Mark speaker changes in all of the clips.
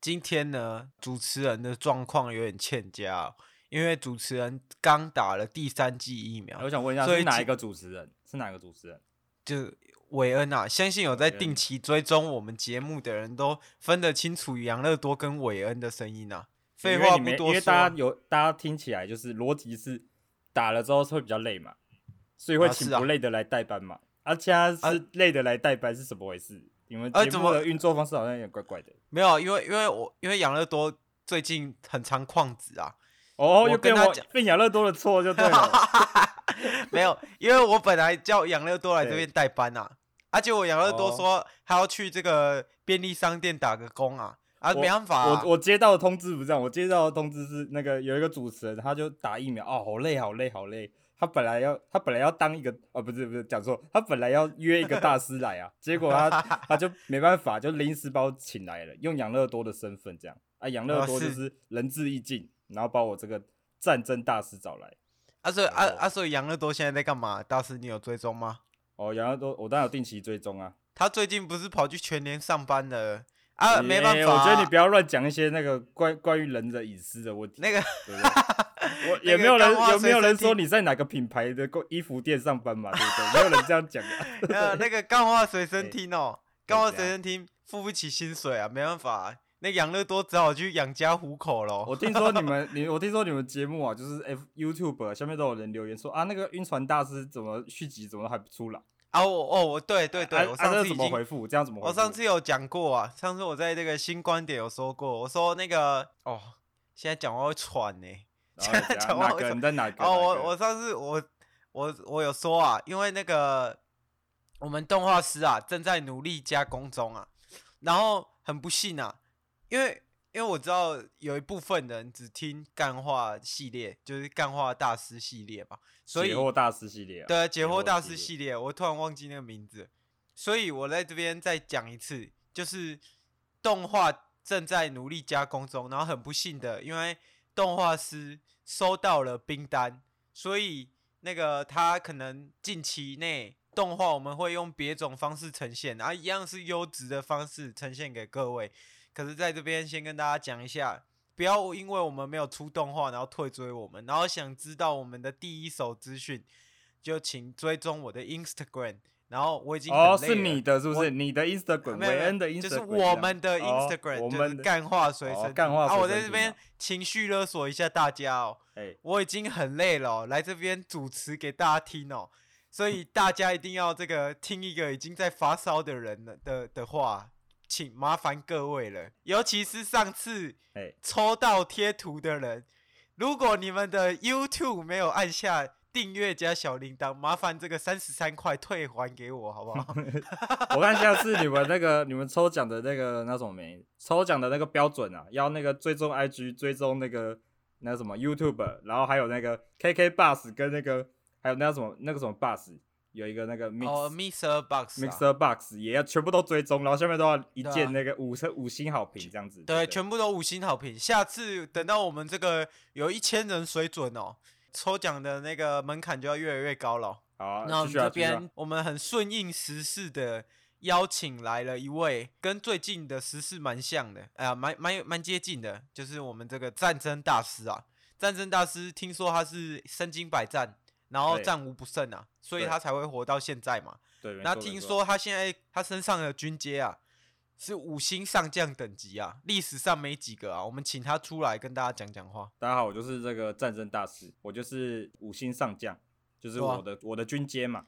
Speaker 1: 今天呢，主持人的状况有点欠佳、哦，因为主持人刚打了第三剂疫苗
Speaker 2: 哎我，想问一下，
Speaker 1: 所以
Speaker 2: 是哪
Speaker 1: 请
Speaker 2: 一个主持人？是哪个主持人？
Speaker 1: 就韦恩啊，相信有在
Speaker 2: 韦恩
Speaker 1: 定期追踪我们节目的人都分得清楚杨乐多跟韦恩的声音啊。废
Speaker 2: 因为
Speaker 1: 话
Speaker 2: 你
Speaker 1: 不
Speaker 2: 没
Speaker 1: 多
Speaker 2: 因为
Speaker 1: 说
Speaker 2: 大家
Speaker 1: 啊，
Speaker 2: 有大家听起来就是逻辑是打了之后会比较累嘛，所以会
Speaker 1: 啊
Speaker 2: 请
Speaker 1: 是啊
Speaker 2: 不累的来代班嘛。而且是累的来代班是怎么回事？你们
Speaker 1: 啊
Speaker 3: 哎
Speaker 2: 节
Speaker 1: 怎
Speaker 2: 目
Speaker 1: 么
Speaker 2: 的运作方式好像有点怪怪的。
Speaker 1: 没有，因为因为我因为杨乐多最近很常旷职啊，
Speaker 2: 哦，
Speaker 1: 我
Speaker 2: 又
Speaker 1: 跟
Speaker 2: 变
Speaker 1: 他
Speaker 2: 我
Speaker 1: 讲
Speaker 2: 变养乐多的错就对 了。
Speaker 1: 没有，因为我本来叫养乐多来这
Speaker 2: 对
Speaker 1: 边代班啊，而且我养乐多
Speaker 2: 哦
Speaker 1: 说他要去这个便利商店打个工啊，啊，
Speaker 2: 我
Speaker 1: 没办法、啊，
Speaker 2: 我我接到的通知不是这样，我接到的通知是那个有一个主持人，他就打疫苗，哦，好累，好累，好累。他本来要他本来要当一个哦，不是不是讲错，他本来要约一个大师来啊，结果 他他就没办法，就临时把我请来了，用养乐多的身份这样啊，养乐
Speaker 1: 啊
Speaker 2: 多就是是仁至义尽，然后把我这个战争大师找来。
Speaker 1: 啊所以啊
Speaker 2: 哦
Speaker 1: 啊所以养乐多现在在干嘛？大师你有追踪吗？
Speaker 2: 哦，养乐多我当然有定期追踪啊。
Speaker 1: 他最近不是跑去全联上班了啊？没办
Speaker 2: 耶
Speaker 1: 法啊、
Speaker 2: 哎我觉得你不要乱讲一些那个关关于人的隐私的问题。
Speaker 1: 那个
Speaker 2: 对 不对？我
Speaker 1: 那
Speaker 2: 也
Speaker 1: 个
Speaker 2: 没有人
Speaker 1: 钢化
Speaker 2: 有没
Speaker 1: 随
Speaker 2: 有
Speaker 1: 身
Speaker 2: 人说
Speaker 1: 听
Speaker 2: 你在哪个品牌的购衣服店上班嘛？对不对？没有人这样讲啊的。
Speaker 1: 呃那个干话随身
Speaker 2: 哎
Speaker 1: 听哦，干话
Speaker 2: 怎
Speaker 1: 随身听付不起薪水啊，没办法啊、那养乐多只好去养家糊口喽。
Speaker 2: 我听说你 们你我听说你们节目啊，就是 F YouTube 啊下面都有人留言说啊，那个晕船大师怎么续集怎么还不出来？
Speaker 1: 啊我哦我对对对，
Speaker 2: 啊
Speaker 1: 我
Speaker 2: 啊
Speaker 1: 上
Speaker 2: 这
Speaker 1: 次已
Speaker 2: 怎
Speaker 1: 经
Speaker 2: 么回复？这样怎么回复？
Speaker 1: 我上次有讲过啊，上次我在这个新观点有说过，我说那个哦，现在讲话会喘呢、
Speaker 2: 然后人家
Speaker 1: 讲话
Speaker 2: 哪
Speaker 1: 我
Speaker 2: 个
Speaker 1: 怎
Speaker 2: 你在哪个？
Speaker 1: 哦，
Speaker 2: 哪个
Speaker 1: 我我上次我我我有说啊，因为那个我们动画师啊正在努力加工中啊，然后很不幸啊，因为因为我知道有一部分人只听干话系列，就是干话大师系列嘛，所以
Speaker 2: 解惑大师系列啊，
Speaker 1: 对，解惑大师系
Speaker 2: 系列
Speaker 1: 列，我突然忘记那个名字了，所以我在这边再讲一次，就是动画正在努力加工中，然后很不幸的，因为动画师收到了冰单，所以那个他可能近期内动画我们会用别种方式呈现，然后一样是优质的方式呈现给各位，可是在这边先跟大家讲一下，不要因为我们没有出动画，然后退追我们，然后想知道我们的第一手资讯，就请追踪我的 Instagram。然后我已经
Speaker 2: 哦，
Speaker 1: 很累
Speaker 2: 是你
Speaker 1: 了
Speaker 2: 的是不
Speaker 1: 我
Speaker 2: 是？你的 Instagram，
Speaker 1: 没有
Speaker 2: 韦恩的
Speaker 1: 没有
Speaker 2: Instagram，
Speaker 1: 就是我们的
Speaker 2: 这样哦
Speaker 1: Instagram，、
Speaker 2: 我
Speaker 1: 就是
Speaker 2: 们的
Speaker 1: 干话随身
Speaker 2: 哦
Speaker 1: 听、
Speaker 2: 干话
Speaker 1: 啊！
Speaker 2: 随
Speaker 1: 我
Speaker 2: 身
Speaker 1: 在这
Speaker 2: 听
Speaker 1: 边
Speaker 2: 啊
Speaker 1: 情绪勒索一下大家哦，
Speaker 2: 哎，
Speaker 1: 我已经很累了哦、来这边主持给大家听哦，所以大家一定要这个听一个已经在发烧的人了的的话，请麻烦各位了，尤其是上次
Speaker 2: 哎
Speaker 1: 抽到贴图的人，如果你们的 YouTube 没有按下。订阅加小铃铛，麻烦这个三十三块退还给我，好不好？
Speaker 2: 我看下次你们那个你们抽奖的那个那什么没抽奖的那个标准啊，要那个追踪 IG，追踪那个那什么 YouTube，然后还有那个 KK Bus 跟那个还有那什么那个什么 Bus 有一个那个 Mix、
Speaker 1: 哦，Mixer Box，、啊、
Speaker 2: Mixer Box 也要全部都追踪，然后下面都要一
Speaker 1: 对啊
Speaker 2: 键那个五星、五星好评这样子。
Speaker 1: 对，
Speaker 2: 不
Speaker 1: 全部都五星好评。下次等到我们这个有一千人水准哦，抽奖的那个门槛就要越来越高了。
Speaker 2: 好啊，
Speaker 1: 那我们
Speaker 2: 继续啊
Speaker 1: 这
Speaker 2: 继续啊
Speaker 1: 边我们很顺应时事的邀请来了一位跟最近的时事蛮像的，哎、呀，蛮蛮有蛮接近的，就是我们这个战争大师啊。战争大师听说他是身经百战，然后
Speaker 2: 对
Speaker 1: 战无不胜啊，所以
Speaker 2: 对
Speaker 1: 他才会活到现在嘛。
Speaker 2: 对，没
Speaker 1: 那
Speaker 2: 错
Speaker 1: 听
Speaker 2: 没错
Speaker 1: 说他现在他身上的军阶啊，是五星上将等级啊，历史上没几个啊。我们请他出来跟大家讲讲话。
Speaker 2: 大家好，我就是这个战争大师，我就是五星上将，就是
Speaker 1: 对啊
Speaker 2: 我的、我的军阶嘛。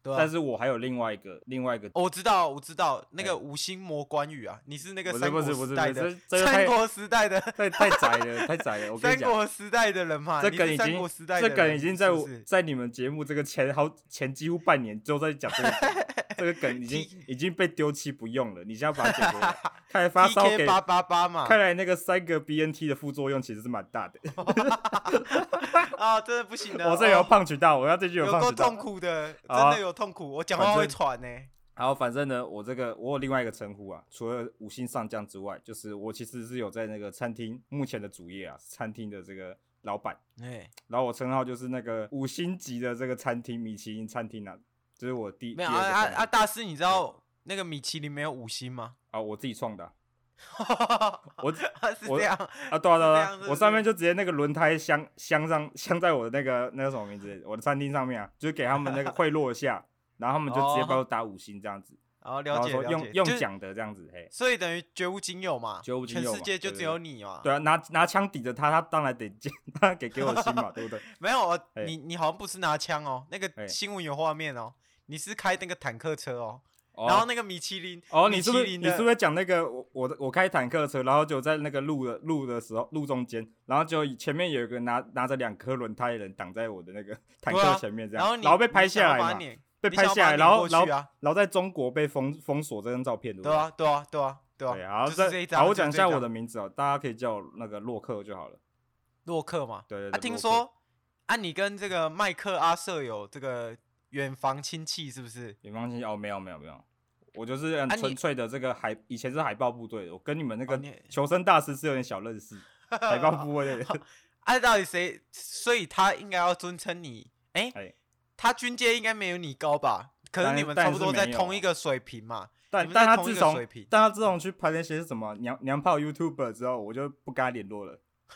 Speaker 1: 对啊
Speaker 2: 但是我还有另外一个另外一个
Speaker 1: 哦我知道，我知道那
Speaker 2: 哎
Speaker 1: 个五星魔关羽啊，你是那个
Speaker 2: 不是
Speaker 1: 三
Speaker 2: 不
Speaker 1: 国
Speaker 2: 是不
Speaker 1: 时
Speaker 2: 是
Speaker 1: 代
Speaker 2: 不
Speaker 1: 的
Speaker 2: 是，这个
Speaker 1: 三
Speaker 2: 太
Speaker 1: 国时代的
Speaker 2: 太太窄了，太窄了。我跟
Speaker 1: 三
Speaker 2: 你讲，
Speaker 1: 国时代的人嘛，
Speaker 2: 这
Speaker 1: 你
Speaker 2: 梗
Speaker 1: 是
Speaker 2: 已
Speaker 1: 三
Speaker 2: 经
Speaker 1: 国时代
Speaker 2: 这
Speaker 1: 的
Speaker 2: 梗
Speaker 1: 人
Speaker 2: 已经在
Speaker 1: 是不
Speaker 2: 我
Speaker 1: 是
Speaker 2: 在你们节目这个前好前几乎半年都在讲这个梗，这个梗 已经已经被丢弃不用了，你现在把它捡回来，看来发烧
Speaker 1: PK
Speaker 2: 给，
Speaker 1: 八八八嘛，
Speaker 2: 看来那个三个 BNT 的副作用其实是蛮大的。
Speaker 1: 啊，真的不行的，
Speaker 2: 我这个
Speaker 1: 哦
Speaker 2: 有胖橘到，我要这句
Speaker 1: 有
Speaker 2: 胖
Speaker 1: 够
Speaker 2: 橘到
Speaker 1: 痛。苦的，
Speaker 2: 好
Speaker 1: 真
Speaker 2: 啊
Speaker 1: 的有痛苦，我讲
Speaker 2: 反
Speaker 1: 话会
Speaker 2: 正
Speaker 1: 喘欸呢、
Speaker 2: 然后反正呢，我这个我有另外一个称呼啊，除了五星上将之外，就是我其实是有在那个餐厅目前的主业啊，是餐厅的这个老板。
Speaker 1: 哎，
Speaker 2: 然后我称号就是那个五星级的这个餐厅米其林餐厅啊，这、是我第
Speaker 1: 没有
Speaker 2: 第
Speaker 1: 啊
Speaker 2: 二个
Speaker 1: 啊
Speaker 2: 称
Speaker 1: 啊！
Speaker 2: 号
Speaker 1: 大师，你知道那个米其林没有五星吗？
Speaker 2: 啊我自己创的啊
Speaker 1: 我
Speaker 2: 我
Speaker 1: 是
Speaker 2: 我
Speaker 1: 这样，
Speaker 2: 啊，对
Speaker 1: 哦
Speaker 2: 啊对
Speaker 1: 是这
Speaker 2: 啊
Speaker 1: 样是
Speaker 2: 对
Speaker 1: 不
Speaker 2: 啊，
Speaker 1: 是
Speaker 2: 我上面就直接那个轮胎镶镶上镶在我的那个那个什么名字，我的餐厅上面啊，就是给他们 那个贿赂一下，然后他们就直接帮我打五星这样子，
Speaker 1: 然后
Speaker 2: 然
Speaker 1: 哦了
Speaker 2: 后
Speaker 1: 解
Speaker 2: 说
Speaker 1: 了
Speaker 2: 用
Speaker 1: 解，
Speaker 2: 用
Speaker 1: 就是，
Speaker 2: 讲的这样子，嘿，
Speaker 1: 所以等于绝无仅有嘛，
Speaker 2: 绝无仅有
Speaker 1: 全
Speaker 2: 嘛
Speaker 1: 世界就
Speaker 2: 对对
Speaker 1: 只有你嘛。
Speaker 2: 对啊，拿拿枪抵着他，他当然得 接，他给给我心嘛，对不对？
Speaker 1: 没有哦，
Speaker 2: 哎
Speaker 1: 你你好像不是拿枪哦，那
Speaker 2: 哎
Speaker 1: 个新闻有画面哦，你是开那个坦克车哦，
Speaker 2: 哦
Speaker 1: 然后那个米其林
Speaker 2: 哦，你
Speaker 1: 米
Speaker 2: 是
Speaker 1: 其
Speaker 2: 不是
Speaker 1: 林
Speaker 2: 你
Speaker 1: 的
Speaker 2: 是不是讲那个我我的我开坦克车，然后就在那个路的路的时候路中间，然后就前面有一个拿拿着两颗轮胎的人挡在我的那个坦
Speaker 1: 对啊
Speaker 2: 克前面这
Speaker 1: 然
Speaker 2: 样，
Speaker 1: 后
Speaker 2: 然
Speaker 1: 你
Speaker 2: 后被拍下来嘛，被
Speaker 1: 你
Speaker 2: 拍
Speaker 1: 想要把它碾你想要
Speaker 2: 下
Speaker 1: 把
Speaker 2: 来，
Speaker 1: 它
Speaker 2: 然后
Speaker 1: 碾过
Speaker 2: 然后
Speaker 1: 去啊
Speaker 2: 然后在中国被封封锁这张照片，对不
Speaker 1: 对
Speaker 2: 对？
Speaker 1: 啊对啊对啊对
Speaker 2: 对，
Speaker 1: 啊，
Speaker 2: 好，
Speaker 1: 就是这一张。
Speaker 2: 好，我
Speaker 1: 就是
Speaker 2: 讲一
Speaker 1: 这
Speaker 2: 下我
Speaker 1: 张
Speaker 2: 的名字哦，大家可以叫我那个洛克就好了。
Speaker 1: 洛克嘛，
Speaker 2: 对对
Speaker 1: 啊，
Speaker 2: 对
Speaker 1: 听
Speaker 2: 洛克
Speaker 1: 说啊，你跟这个麦克阿瑟有这个远房亲戚是不是？
Speaker 2: 远方星哦，没有没有没有，我就是很
Speaker 1: 啊你
Speaker 2: 纯粹的这个海，以前是海豹部队的，我跟你们那
Speaker 1: 哦
Speaker 2: 个
Speaker 1: 你
Speaker 2: 求生大师是有点小认 识，海豹部队的
Speaker 1: 啊，到底谁？所以他应该要尊称你，哎、
Speaker 2: 哎
Speaker 1: 他军阶应该没有你高吧？可是
Speaker 2: 当
Speaker 1: 你
Speaker 2: 然
Speaker 1: 们
Speaker 2: 当
Speaker 1: 差不
Speaker 2: 然是
Speaker 1: 多在
Speaker 2: 没有
Speaker 1: 同
Speaker 2: 啊
Speaker 1: 一个水平嘛。
Speaker 2: 但
Speaker 1: 你们
Speaker 2: 但
Speaker 1: 在
Speaker 2: 他
Speaker 1: 同一
Speaker 2: 自
Speaker 1: 个
Speaker 2: 从
Speaker 1: 水平
Speaker 2: 但他自从去拍那些什么娘娘炮 YouTuber 之后，我就不跟他联络了。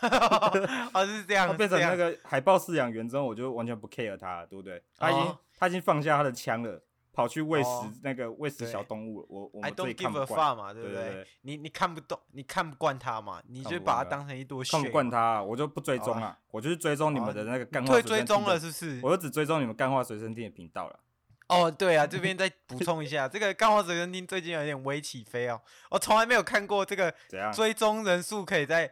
Speaker 1: 啊，是这样，
Speaker 2: 他变
Speaker 1: 是这
Speaker 2: 成那
Speaker 1: 样
Speaker 2: 个海豹饲养员之后，我就完全不 care 他了，对不对？他已经、
Speaker 1: 哦
Speaker 2: 他已经放下他的枪了，跑去喂食、
Speaker 1: 哦
Speaker 2: 那个喂食
Speaker 1: 对
Speaker 2: 小动物了，我我
Speaker 1: I
Speaker 2: 们自己
Speaker 1: don't
Speaker 2: 看
Speaker 1: give
Speaker 2: 不
Speaker 1: a
Speaker 2: 惯，
Speaker 1: fuck 嘛，对不
Speaker 2: 对对对
Speaker 1: 你你看不懂，你看不惯他嘛，你
Speaker 2: 看
Speaker 1: 就
Speaker 2: 不
Speaker 1: 把他
Speaker 2: 惯他
Speaker 1: 当成一坨血
Speaker 2: 看
Speaker 1: 嘛。
Speaker 2: 不惯他，我就不追踪
Speaker 1: 好
Speaker 2: 啊，我就是追踪你
Speaker 1: 好
Speaker 2: 们
Speaker 1: 啊
Speaker 2: 的那个干话
Speaker 1: 哦退
Speaker 2: 随
Speaker 1: 追
Speaker 2: 身
Speaker 1: 踪
Speaker 2: 听
Speaker 1: 了
Speaker 2: 的，
Speaker 1: 是不是？
Speaker 2: 我就只追踪你们干话随身听的频道了。
Speaker 1: 哦，对啊，这边再补充一下，这个《干花随身听》最近有点微起飞哦，我从来没有看过这个
Speaker 2: 怎样？
Speaker 1: 追踪人数可以在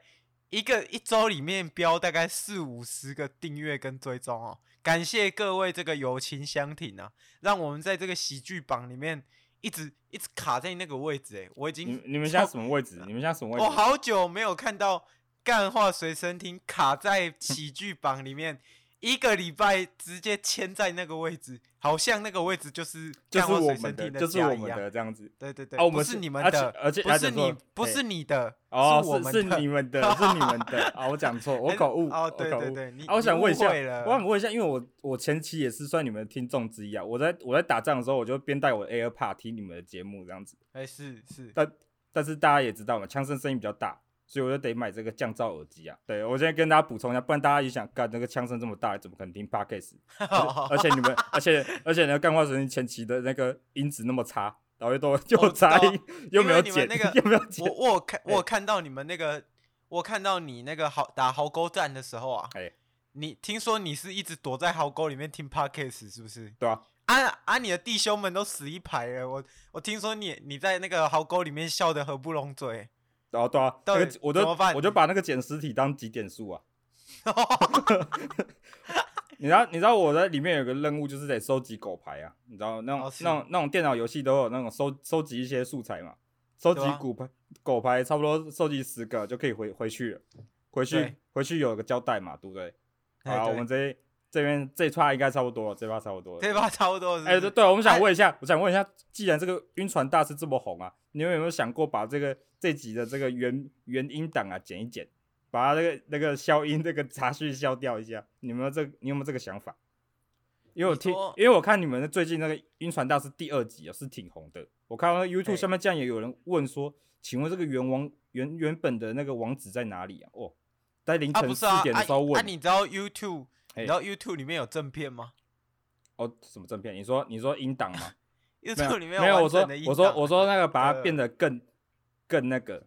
Speaker 1: 一个一周里面标大概四五十个订阅跟追踪哦。感谢各位这个友情相挺啊，让我们在这个喜剧榜里面一直一直卡在那个位置哎，我已
Speaker 2: 你
Speaker 1: 经
Speaker 2: 你们现在
Speaker 1: 超
Speaker 2: 什么位置？你们现在什么位置？
Speaker 1: 我哦好久没有看到《干话随身听》卡在喜剧榜里面。一个礼拜直接签在那个位置，好像那个位置就是
Speaker 2: 就
Speaker 1: 干
Speaker 2: 是
Speaker 1: 话
Speaker 2: 我
Speaker 1: 随身
Speaker 2: 们
Speaker 1: 听
Speaker 2: 的，就是
Speaker 1: 家
Speaker 2: 我
Speaker 1: 一
Speaker 2: 们
Speaker 1: 样
Speaker 2: 的这样子。
Speaker 1: 对对对，
Speaker 2: 啊我
Speaker 1: 不
Speaker 2: 们
Speaker 1: 是
Speaker 2: 是
Speaker 1: 你们
Speaker 2: 而且
Speaker 1: 的，
Speaker 2: 而且
Speaker 1: 不
Speaker 2: 而
Speaker 1: 是
Speaker 2: 且说
Speaker 1: 你，不
Speaker 2: 嘿
Speaker 1: 是你的，
Speaker 2: 哦，
Speaker 1: 我
Speaker 2: 是
Speaker 1: 们
Speaker 2: 是
Speaker 1: 的
Speaker 2: 你们的，是你们 的啊！我讲错，我
Speaker 1: 哎
Speaker 2: 口误，
Speaker 1: 哦
Speaker 2: 我
Speaker 1: 对
Speaker 2: 口
Speaker 1: 对
Speaker 2: 误
Speaker 1: 对你
Speaker 2: 啊，我
Speaker 1: 你
Speaker 2: 想问一
Speaker 1: 误
Speaker 2: 下
Speaker 1: 会了，
Speaker 2: 我想问一下，因为我我前期也是算你们的听众之一啊。我在我在打仗的时候，我就边带我的 AirPod 听你们的节目这样子，
Speaker 1: 哎、是是，
Speaker 2: 但但是大家也知道嘛，枪声声音比较大，所以我就得买这个降噪耳机啊。对我现在跟大家补充一下，不然大家也想干那个枪声这么大，怎么可能 听 Podcast？而且你们，而且而且呢，干化神前期的那个音质那么差，然后又都
Speaker 1: 我
Speaker 2: 又
Speaker 1: 知道
Speaker 2: 杂
Speaker 1: 啊
Speaker 2: 音，又
Speaker 1: 因
Speaker 2: 没
Speaker 1: 为
Speaker 2: 有
Speaker 1: 你们
Speaker 2: 剪
Speaker 1: 那个，
Speaker 2: 又没有
Speaker 1: 我
Speaker 2: 剪。
Speaker 1: 我有看我有看到你们那个，我看到你那个壕打壕沟战的时候啊，
Speaker 2: 哎
Speaker 1: 你听说你是一直躲在壕沟里面听 podcast 是不是？
Speaker 2: 对啊，
Speaker 1: 啊啊！你的弟兄们都死一排了，我我听说你你在那个壕沟里面笑得合不拢嘴，
Speaker 2: 然后对啊，那
Speaker 1: 到底
Speaker 2: 个我就
Speaker 1: 怎么办
Speaker 2: 我就把那个捡尸体当几点 数啊。你知道你知道我在里面有个任务，就是得收集狗牌啊。你知道那种、
Speaker 1: 哦是
Speaker 2: 那种那种电脑游戏都有那种收收集一些素材嘛，收集
Speaker 1: 对啊
Speaker 2: 骨牌、狗牌，差不多收集十个就可以回回去了。回
Speaker 1: 对
Speaker 2: 去回去有个交代嘛，对不对？好
Speaker 1: 哎
Speaker 2: 啊，
Speaker 1: 对
Speaker 2: 我们这一这边这一趴应该差不多了，这一趴差不多了。
Speaker 1: 对吧？差不多是不
Speaker 2: 哎、
Speaker 1: 是
Speaker 2: 对对，我们想
Speaker 1: 哎
Speaker 2: 问一下，我想问一下，既然这个晕船大师这么红啊，你们有没有想过把这个这集的这个原原音档啊剪一剪，把它那个那个消音这个杂讯消掉一下？你有没有这你有没有这个想法？因为我
Speaker 1: 你
Speaker 2: 听
Speaker 1: 说，
Speaker 2: 因为我看你们的最近那个晕船大师第二集啊是挺红的，我看到那个 YouTube
Speaker 1: 哎
Speaker 2: 下面竟然也有人问说，请问这个原网原原本的那个网址在哪里啊？哦，在凌
Speaker 1: 啊
Speaker 2: 晨
Speaker 1: 不是
Speaker 2: 四
Speaker 1: 啊
Speaker 2: 点的
Speaker 1: 啊
Speaker 2: 时候问、
Speaker 1: 啊！你知道 YouTube 你
Speaker 2: 哎
Speaker 1: 知道 YouTube 里面有正片吗？
Speaker 2: 哦什么正片？你说你说音档吗？ 没
Speaker 1: YouTube
Speaker 2: 有
Speaker 1: 里面
Speaker 2: 没有，
Speaker 1: 完
Speaker 2: 我说
Speaker 1: 整的音
Speaker 2: 我说
Speaker 1: 档啊
Speaker 2: 我说那个把它
Speaker 1: 对
Speaker 2: 变得更更那个，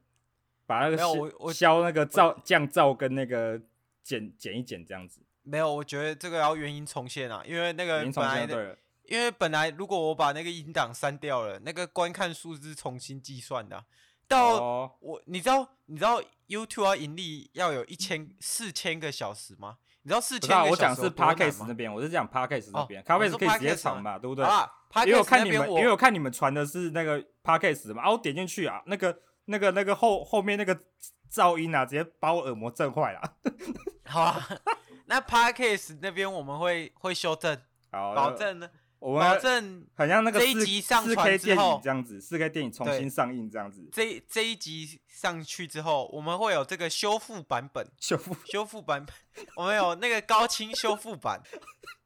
Speaker 2: 把那个
Speaker 1: 没有
Speaker 2: 消
Speaker 1: 我我
Speaker 2: 消那个噪降噪跟那个减减一减这样子，
Speaker 1: 没有，我觉得这个要原音重现啊，因为那个
Speaker 2: 已经
Speaker 1: 本
Speaker 2: 重
Speaker 1: 来
Speaker 2: 新对
Speaker 1: 的，
Speaker 2: 了。
Speaker 1: 因为本来如果我把那个音档删掉了，那个观看数字重新计算的啊、到、
Speaker 2: 哦，
Speaker 1: 我你知道你知道 YouTube 要盈利要有一千四千个小时吗？你知道四
Speaker 2: 不
Speaker 1: 千
Speaker 2: 是啊，
Speaker 1: 个
Speaker 2: 我
Speaker 1: 小
Speaker 2: 讲
Speaker 1: 时
Speaker 2: 是
Speaker 1: 有多难
Speaker 2: podcast 那
Speaker 1: 吗？
Speaker 2: 边，我是讲 podcast 那
Speaker 1: 哦
Speaker 2: 边
Speaker 1: 我
Speaker 2: ，podcast
Speaker 1: 说
Speaker 2: 可以直接
Speaker 1: podcast
Speaker 2: 传
Speaker 1: 嘛
Speaker 2: 吧，对不对
Speaker 1: 好？啦 p o
Speaker 2: 因为我看
Speaker 1: 那
Speaker 2: 你
Speaker 1: 边
Speaker 2: 们，
Speaker 1: 我
Speaker 2: 因为我看你们传的是那个 podcast 的嘛，啊，我点进去啊，那个那个那个后后面那个噪音啊，直接把我耳膜震坏了。
Speaker 1: 好啊， 那 podcast 那边我们会会修正，
Speaker 2: 好，
Speaker 1: 保证呢，
Speaker 2: 我
Speaker 1: 保
Speaker 2: 们
Speaker 1: 证
Speaker 2: 很像那个
Speaker 1: 这一
Speaker 2: 四
Speaker 1: 集上
Speaker 2: 四
Speaker 1: 传
Speaker 2: K
Speaker 1: 之
Speaker 2: 电影
Speaker 1: 后
Speaker 2: 这样子，四 K 电影重
Speaker 1: 对
Speaker 2: 新上映这样子，
Speaker 1: 这这一集上去之后，我们会有这个修复版本，
Speaker 2: 修复
Speaker 1: 修复版本，我们有那个高清修复版。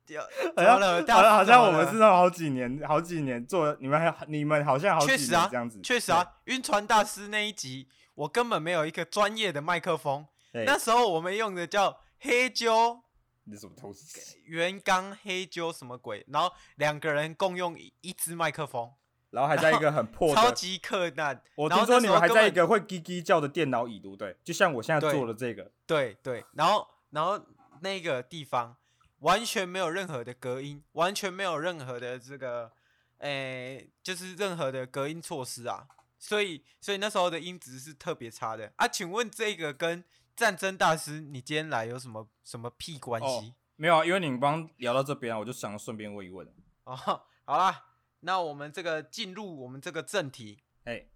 Speaker 1: 有
Speaker 2: 好
Speaker 1: 怎么
Speaker 2: 像
Speaker 1: 了？
Speaker 2: 好
Speaker 1: 大
Speaker 2: 像
Speaker 1: 家
Speaker 2: 好像我们是那种好几年好几年做，你们还你们好像好几
Speaker 1: 确实啊
Speaker 2: 年这样子，
Speaker 1: 确实啊，晕船大师那一集，我根本没有一个专业的麦克风，
Speaker 2: 对，
Speaker 1: 那
Speaker 2: 那
Speaker 1: 时候我们用的叫黑胶
Speaker 2: 你什么东西？
Speaker 1: 原缸黑胶什么鬼，然后两个人共用一一支麦克风，
Speaker 2: 然后还在一个很破
Speaker 1: 超
Speaker 2: 的，
Speaker 1: 级困难。
Speaker 2: 我
Speaker 1: 然后
Speaker 2: 听说
Speaker 1: 那
Speaker 2: 你
Speaker 1: 时
Speaker 2: 们
Speaker 1: 候
Speaker 2: 还
Speaker 1: 根
Speaker 2: 在一
Speaker 1: 本
Speaker 2: 个会叽叽叫的电脑椅，对不对？就像我现在
Speaker 1: 对
Speaker 2: 做的这个，
Speaker 1: 对对，然后然后那个地方完全没有任何的隔音，完全没有任何的这个，诶、就是任何的隔音措施啊，所以所以那时候的音质是特别差的啊。请问这个跟战争大师你今天来有什么什么屁关
Speaker 2: 哦
Speaker 1: 系？
Speaker 2: 没有啊，因为你们刚聊到这边啊，我就想顺便问一问，
Speaker 1: 哦， 好啦，那我们这个进入我们这个正题。
Speaker 2: 哎，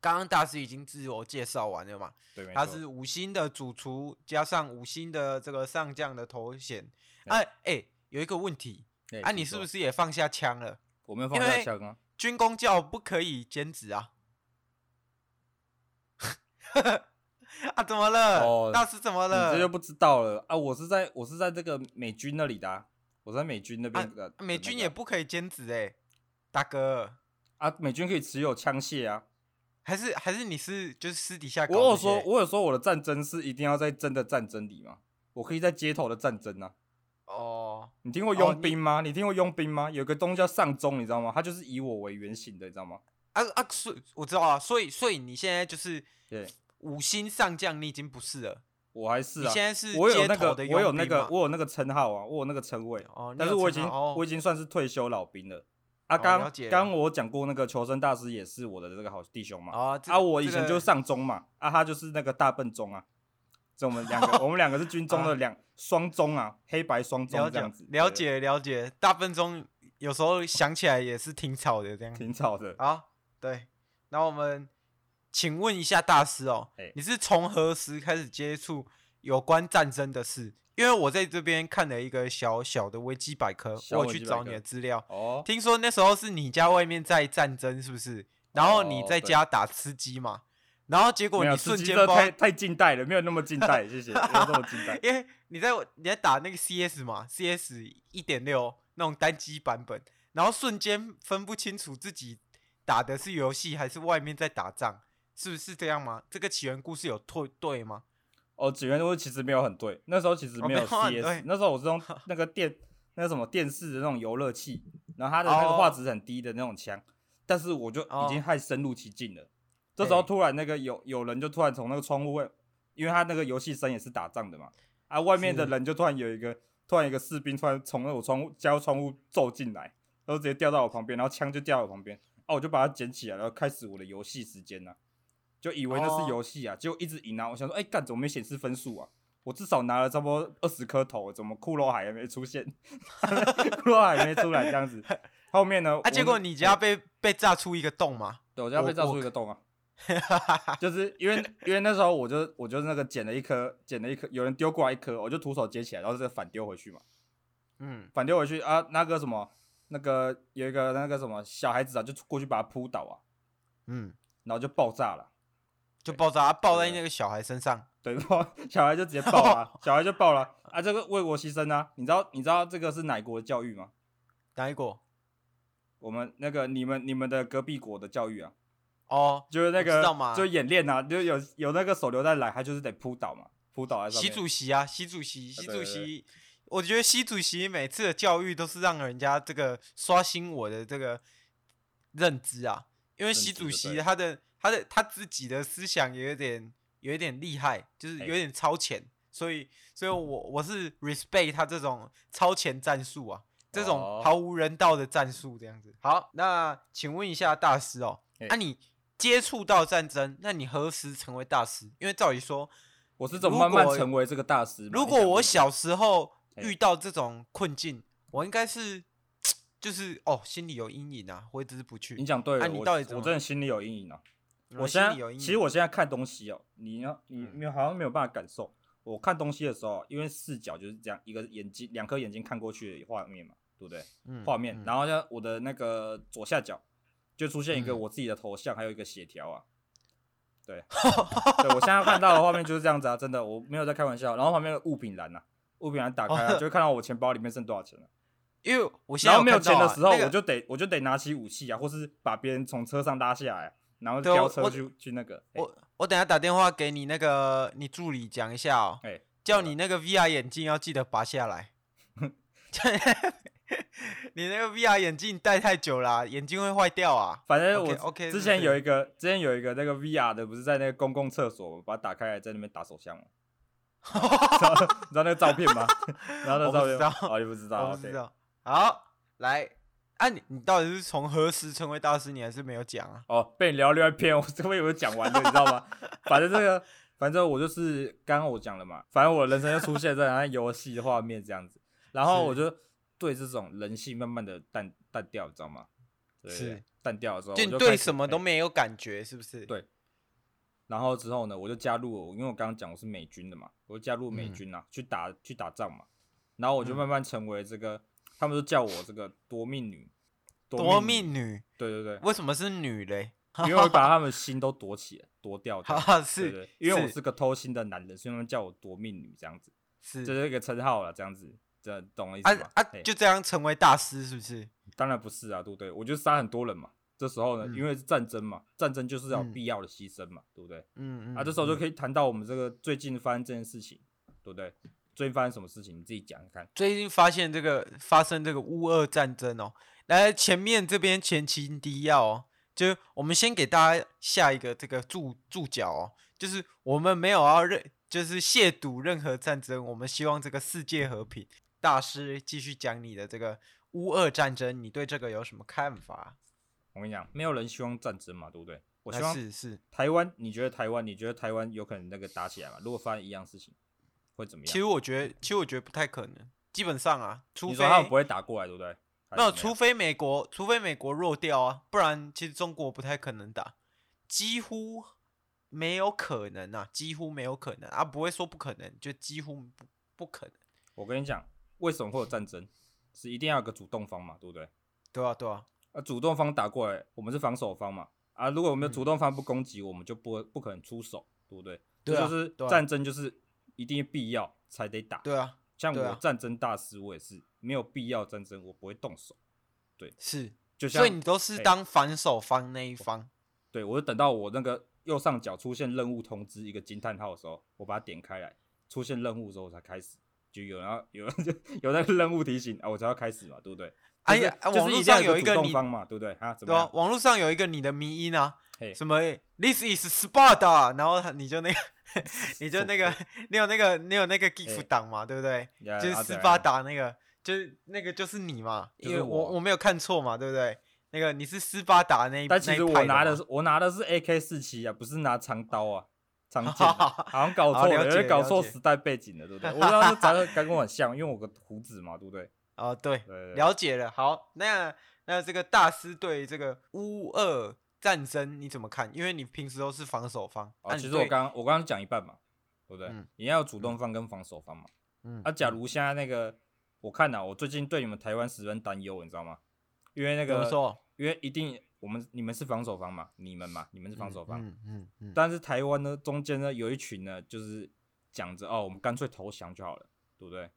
Speaker 1: 刚刚大师已经自我介绍完了嘛？
Speaker 2: 对，没
Speaker 1: 他
Speaker 2: 错
Speaker 1: 是五星的主厨，加上五星的这个上将的头衔。
Speaker 2: 对
Speaker 1: 哎、哎、有一个问题，
Speaker 2: 哎
Speaker 1: 啊，你是不是也放下枪了？
Speaker 2: 我没有放
Speaker 1: 因
Speaker 2: 下
Speaker 1: 为
Speaker 2: 下刚？
Speaker 1: 军工教不可以兼职啊！ 啊，怎么了？
Speaker 2: 哦
Speaker 1: 大师怎么
Speaker 2: 你这就
Speaker 1: 了？
Speaker 2: 不知道了啊！我是在我是在这个美军那里的、啊，我在美军那边的、的
Speaker 1: 啊美
Speaker 2: 那
Speaker 1: 军
Speaker 2: 个
Speaker 1: 也不可以兼职哎、大哥，
Speaker 2: 啊，美军可以持有枪械啊。
Speaker 1: 还是还是你是就是私底下搞
Speaker 2: 我
Speaker 1: 这
Speaker 2: 有
Speaker 1: 些
Speaker 2: 说，我有说我的战争是一定要在真的战争里吗？我可以在街头的战争啊。
Speaker 1: 哦，
Speaker 2: 你听过
Speaker 1: 哦
Speaker 2: 佣
Speaker 1: 你
Speaker 2: 兵吗？你听过佣兵吗？有个东西叫上钟，你知道吗？他就是以我为原型的，你知道吗？
Speaker 1: 啊啊，所以我知道啊，所以所以你现在就是
Speaker 2: 对，
Speaker 1: 五星上将，你已经不是了。
Speaker 2: 我还是
Speaker 1: 你
Speaker 2: 啊，
Speaker 1: 现在是
Speaker 2: 我有
Speaker 1: 街
Speaker 2: 那
Speaker 1: 头
Speaker 2: 个
Speaker 1: 的，
Speaker 2: 我有
Speaker 1: 佣
Speaker 2: 那
Speaker 1: 兵
Speaker 2: 个
Speaker 1: 嘛，
Speaker 2: 我有那个称号啊，我有那个称谓，
Speaker 1: 哦，你
Speaker 2: 但
Speaker 1: 有
Speaker 2: 是我已
Speaker 1: 称
Speaker 2: 经、
Speaker 1: 号哦、
Speaker 2: 我已经算是退休老兵了。啊，刚
Speaker 1: 了
Speaker 2: 刚
Speaker 1: 解了
Speaker 2: 刚我讲过那个求生大师也是我的这个好弟兄嘛。
Speaker 1: 啊
Speaker 2: 啊，我以前就
Speaker 1: 这
Speaker 2: 是上中嘛，啊，他就是那个大笨钟啊，这我们两个，我们两个是军 中的两双中啊，黑白双
Speaker 1: 个啊了
Speaker 2: 中这样
Speaker 1: 解
Speaker 2: 子，
Speaker 1: 了
Speaker 2: 对，
Speaker 1: 解了解，大笨钟有时候想起来也是挺吵的这样。
Speaker 2: 挺吵的。
Speaker 1: 好，对，那我们请问一下大师哦
Speaker 2: 哎，
Speaker 1: 你是从何时开始接触有关战争的事？因为我在这边看了一个小小的维基百科，
Speaker 2: 小
Speaker 1: 我
Speaker 2: 维
Speaker 1: 去
Speaker 2: 基百
Speaker 1: 找
Speaker 2: 科
Speaker 1: 你的资料，
Speaker 2: 哦，
Speaker 1: 听说那时候是你家外面在战争，是不是？然后你
Speaker 2: 哦
Speaker 1: 在
Speaker 2: 对
Speaker 1: 家打吃鸡嘛，然后结果
Speaker 2: 没有
Speaker 1: 你
Speaker 2: 吃
Speaker 1: 瞬
Speaker 2: 鸡
Speaker 1: 间
Speaker 2: 这
Speaker 1: 包，
Speaker 2: 太太近代了，没有那么近代，谢谢，没有那么近代。
Speaker 1: 因为你在你在打那个 CS 嘛，CS 一点六那种单机版本，然后瞬间分不清楚自己打的是游戏还是外面在打仗，是不是这样吗？这个起源故事有对对吗？啊
Speaker 2: 哦，紫源都其实没有很对，那时候其实
Speaker 1: 哦
Speaker 2: 没有
Speaker 1: 没有很
Speaker 2: CS，、
Speaker 1: 对
Speaker 2: 那时候我是 用那个电那什么电视的那种游乐器，然后它的那个
Speaker 1: 哦
Speaker 2: 画质很低的那种枪，但是我就已经
Speaker 1: 哦
Speaker 2: 太深入其境了。这时候
Speaker 1: 哎
Speaker 2: 突然那个有有人就突然从那个窗户外，因为他那个游戏声也是打仗的嘛，啊，外面的
Speaker 1: 是
Speaker 2: 人就突然有一个突然有一个士兵突然从那我窗户家窗户走进来，然后直接掉到我旁边，然后枪就掉到我旁边，啊，我就把它捡起来，然后开始我的游戏时间了、就以为那
Speaker 1: 哦
Speaker 2: 是游戏啊，结果一直赢啊，我想说，哎、干怎么没显示分数啊？我至少拿了差不多二十颗头，怎么骷髅海还没出现？ 骷髅海还没出来这样子。后面呢？
Speaker 1: 啊，结果
Speaker 2: 我
Speaker 1: 你家被被炸出一个洞嘛？
Speaker 2: 对我家被
Speaker 1: 我
Speaker 2: 炸
Speaker 1: 我
Speaker 2: 出一个 洞啊，就是因为因为那时候我就我就那个捡了一颗，捡了一颗，有人丢过来一颗，我就徒手接起来，然后再反丢回去嘛。
Speaker 1: 嗯，
Speaker 2: 反丢回去啊，那个什么，那个有一个那个什么小孩子啊，就过去把他扑倒啊，
Speaker 1: 嗯，
Speaker 2: 然后就爆炸了。
Speaker 1: 就爆炸，啊爆在
Speaker 2: 对
Speaker 1: 那个小孩身上。
Speaker 2: 对爆小孩就直接爆 了啊，小孩就爆了啊啊！这个为国牺牲啊！你知道你知道这个是哪国的教育吗？
Speaker 1: 哪一国？
Speaker 2: 我们那个你们你们的隔壁国的教育啊，
Speaker 1: 哦，
Speaker 2: 就是那
Speaker 1: 我
Speaker 2: 个
Speaker 1: 知道嘛
Speaker 2: 就演练啊，就有有那个手榴弹来，他就是得扑倒嘛，扑倒在上
Speaker 1: 习
Speaker 2: 面。
Speaker 1: 主席啊，习主席，习
Speaker 2: 对
Speaker 1: 主
Speaker 2: 对对
Speaker 1: 席，我觉得习主席每次的教育都是让人家这个刷新我的这个认知啊，因为
Speaker 2: 认
Speaker 1: 习
Speaker 2: 知
Speaker 1: 主
Speaker 2: 就
Speaker 1: 席
Speaker 2: 对
Speaker 1: 他的他的他自己的思想也有点有一点厉害，就是
Speaker 2: 哎
Speaker 1: 有点超前，所以所以我我是 respect 他这种超前战术啊，这种
Speaker 2: 哦
Speaker 1: 毫无人道的战术这样子。好，那请问一下大师哦，
Speaker 2: 哎
Speaker 1: 那、你接触到战争，那你何时成为大师？因为照理说，
Speaker 2: 我是怎么慢
Speaker 1: 如
Speaker 2: 慢
Speaker 1: 果
Speaker 2: 成为这个大师嘛？
Speaker 1: 如
Speaker 2: 你
Speaker 1: 果
Speaker 2: 想
Speaker 1: 我
Speaker 2: 过
Speaker 1: 小时候
Speaker 2: 哎
Speaker 1: 遇到这种困境，我应该是就是哦，心里有阴影啊，我只是不去
Speaker 2: 你。讲对了，
Speaker 1: 啊你
Speaker 2: 我
Speaker 1: 到底怎
Speaker 2: 我
Speaker 1: 么
Speaker 2: 真的心里有阴影啊。我
Speaker 1: 心
Speaker 2: 现在
Speaker 1: 里有阴影。
Speaker 2: 其实我现在看东西哦，你要你
Speaker 1: 嗯
Speaker 2: 没有好像没有办法感受。我看东西的时候，因为视角就是这样，一个眼睛两颗眼睛看过去的画面嘛，对不对？
Speaker 1: 嗯
Speaker 2: 画面，
Speaker 1: 嗯
Speaker 2: 然后呢，我的那个左下角就出现一个
Speaker 1: 嗯
Speaker 2: 我自己的头像，还有一个血条啊。 对，对我现在看到的画面就是这样子啊，真的，我没有在开玩笑。然后旁边有物品栏呐、啊，物品栏 打开、啊，
Speaker 1: 哦
Speaker 2: 就会看到我钱包里面剩多少钱了、
Speaker 1: 因为我现
Speaker 2: 然
Speaker 1: 在
Speaker 2: 后没有
Speaker 1: 看到
Speaker 2: 钱的
Speaker 1: 啊
Speaker 2: 时候，
Speaker 1: 那个
Speaker 2: 我就得我就得拿起武器啊，或是把别人从车上拉下来，啊然后
Speaker 1: 对
Speaker 2: 飙
Speaker 1: 我
Speaker 2: 车
Speaker 1: 我
Speaker 2: 去去那个。哎
Speaker 1: 我我等下打电话给你那个你助理讲一下哦，
Speaker 2: 哎
Speaker 1: 叫
Speaker 2: 对
Speaker 1: 你那个 VR 眼镜要记得拔下 来。你那个 VR 眼镜戴太久啦、眼睛会坏掉啊。
Speaker 2: 反正我
Speaker 1: OK，OK，
Speaker 2: 之前
Speaker 1: 对
Speaker 2: 有一个之前有一个那个 VR 的，不是在那个公共厕所，把它打开来，在那边打手 枪吗？你知道 你知道那个照片吗？ 然后那个照
Speaker 1: 我不知
Speaker 2: 片吗，
Speaker 1: 道
Speaker 2: 哦，你不 知道，
Speaker 1: 我不知
Speaker 2: OK
Speaker 1: 道。好，来，啊你你到底是从何时成为大师？你还是没有讲啊？
Speaker 2: 哦，被你聊另外一篇，我这边有讲完的，你知道吗？ 反正这个，反正我就是刚刚我讲了嘛，反正我人生就出现在那游戏的画面这样子，然后
Speaker 1: 是
Speaker 2: 我就对这种人性慢慢的淡淡掉，你知道吗？对
Speaker 1: 是
Speaker 2: 淡掉的时候，
Speaker 1: 就
Speaker 2: 我
Speaker 1: 你
Speaker 2: 就
Speaker 1: 对
Speaker 2: 开始
Speaker 1: 什么
Speaker 2: 哎
Speaker 1: 都没有感觉，是不是？
Speaker 2: 对然后之后呢，我就加入我，因为我刚刚讲我是美军的嘛，我就加入美军啊，去打去打仗嘛。然后我就
Speaker 1: 嗯
Speaker 2: 慢慢成为这个，他们都叫我这个夺命女，
Speaker 1: 夺
Speaker 2: 命女，
Speaker 1: 命女
Speaker 2: 对对
Speaker 1: 为什么是女嘞？
Speaker 2: 对， 因为我把他们心都夺起来，夺掉
Speaker 1: 哈
Speaker 2: 这样。
Speaker 1: 哈，
Speaker 2: 对
Speaker 1: 是
Speaker 2: 对，因为我是个偷心的男人，所以他们叫我夺命女这样子，
Speaker 1: 是
Speaker 2: 这
Speaker 1: 是
Speaker 2: 是哎一个称号了，这样子，这懂我意
Speaker 1: 啊
Speaker 2: 思吗？
Speaker 1: 啊，
Speaker 2: 嘿
Speaker 1: 就这样成为大师，是不是？
Speaker 2: 当然不是啊，对不对？我就杀很多人嘛，这时候呢，
Speaker 1: 嗯
Speaker 2: 因为是战争嘛，战争就是要有
Speaker 1: 嗯
Speaker 2: 必要的牺牲嘛，对不对？
Speaker 1: 嗯嗯
Speaker 2: 啊，这时候就
Speaker 1: 嗯
Speaker 2: 可以谈到我们这个最近发生这件事情，对不对？最近发生什么事情？你自己讲讲看。
Speaker 1: 最近发现这个发生这个乌俄战争哦，来前面这边前情提要哦，就我们先给大家下一个这个注注脚哦，就是我们没有要任就是亵渎任何战争，我们希望这个世界和平。大师继续讲你的这个乌俄战争，你对这个有什么看法？
Speaker 2: 我跟你讲，没有人希望战争嘛，对不对？
Speaker 1: 我
Speaker 2: 我希望
Speaker 1: 是是，
Speaker 2: 台湾，你觉得台湾？你觉得台湾有可能那个打起来吗？如果发生一样事情，会怎么样？
Speaker 1: 其实我觉得其实我觉得不太可能，基本上啊，除
Speaker 2: 你
Speaker 1: 非
Speaker 2: 说他们不会打过来，对不对？还
Speaker 1: 没有，
Speaker 2: 是怎么
Speaker 1: 除
Speaker 2: 样
Speaker 1: 非美国，除非美国弱掉啊，不然其实中国不太可能打，几乎没有可能啊，几乎没有可能啊，不会说不可能，就几乎不不可能，
Speaker 2: 我跟你讲，为什么会有战争？是一定要有个主动方嘛，对不对？
Speaker 1: 对啊，对啊，
Speaker 2: 啊，主动方打过来，我们是防守方嘛。啊，如果我们
Speaker 1: 嗯
Speaker 2: 主动方不攻击，我们就不不可能出手，对不对？
Speaker 1: 对
Speaker 2: 这
Speaker 1: 啊
Speaker 2: 就是
Speaker 1: 对啊
Speaker 2: 战争，就是一定必要才得打。
Speaker 1: 对啊，
Speaker 2: 像
Speaker 1: 对
Speaker 2: 我
Speaker 1: 啊
Speaker 2: 战争大师，我也是没有必要战争，我不会动手。
Speaker 1: 是，
Speaker 2: 就像
Speaker 1: 所以你都是
Speaker 2: 哎
Speaker 1: 当反手方那一方，
Speaker 2: 对我就等到我那个右上角出现任务通知一个惊叹号的时候，我把它点开来，出现任务的时候我才开始，就有人要有人 就有那个任务提醒啊，我才要开始嘛，对不对？
Speaker 1: 哎
Speaker 2: 就是
Speaker 1: 呀啊
Speaker 2: 就
Speaker 1: 网
Speaker 2: 是
Speaker 1: 络
Speaker 2: 定要
Speaker 1: 上有一
Speaker 2: 主
Speaker 1: 个
Speaker 2: 动
Speaker 1: 你
Speaker 2: 方嘛，对不对？啊，怎么
Speaker 1: 对啊
Speaker 2: 样，？
Speaker 1: 网络上有一个你的迷音啊，
Speaker 2: 嘿
Speaker 1: 什么 This is Sparta，然后他你就那个你就那个你有那个你有那个 GIF
Speaker 2: 哎
Speaker 1: 档嘛，对不对？
Speaker 2: 呀
Speaker 1: 就是
Speaker 2: 啊
Speaker 1: 斯
Speaker 2: 怎
Speaker 1: 巴
Speaker 2: 样
Speaker 1: 达那个，就是那个就是你嘛，
Speaker 2: 就
Speaker 1: 因为
Speaker 2: 是
Speaker 1: 我
Speaker 2: 我
Speaker 1: 我没有看错嘛，对不对？那个你是斯巴达那一，
Speaker 2: 但其实
Speaker 1: 那
Speaker 2: 我
Speaker 1: 一派
Speaker 2: 拿的
Speaker 1: 嘛
Speaker 2: 是我拿的是 AK 四七啊，不是拿长刀啊，长 剑啊、好像搞
Speaker 1: 好
Speaker 2: 错
Speaker 1: 了
Speaker 2: 了，有
Speaker 1: 解
Speaker 2: 点搞
Speaker 1: 了
Speaker 2: 错
Speaker 1: 解
Speaker 2: 时代背景了，对不对？我知道 是长得跟我很像，因为我个胡子嘛，对不对？
Speaker 1: 哦，对，
Speaker 2: 对对对
Speaker 1: 了解了。好，那那这个大师对这个乌俄战争你怎么看？因为你平时都是防守方，
Speaker 2: 啊，
Speaker 1: 那
Speaker 2: 其
Speaker 1: 你
Speaker 2: 实我
Speaker 1: 对
Speaker 2: 刚我刚刚讲一半嘛，对不对
Speaker 1: 嗯？
Speaker 2: 也要有主动方跟防守方嘛。
Speaker 1: 嗯
Speaker 2: 啊，假如现在那个，我看呐、啊我最近对你们台湾十分担忧，你知道吗？因为那
Speaker 1: 怎么
Speaker 2: 个，
Speaker 1: 说？
Speaker 2: 因为一定我们你们是防守方嘛，你们嘛，你们是防守方，
Speaker 1: 嗯嗯嗯，
Speaker 2: 但是台湾呢，中间呢有一群呢，就是讲着哦，我们干脆投降就好了，对不对？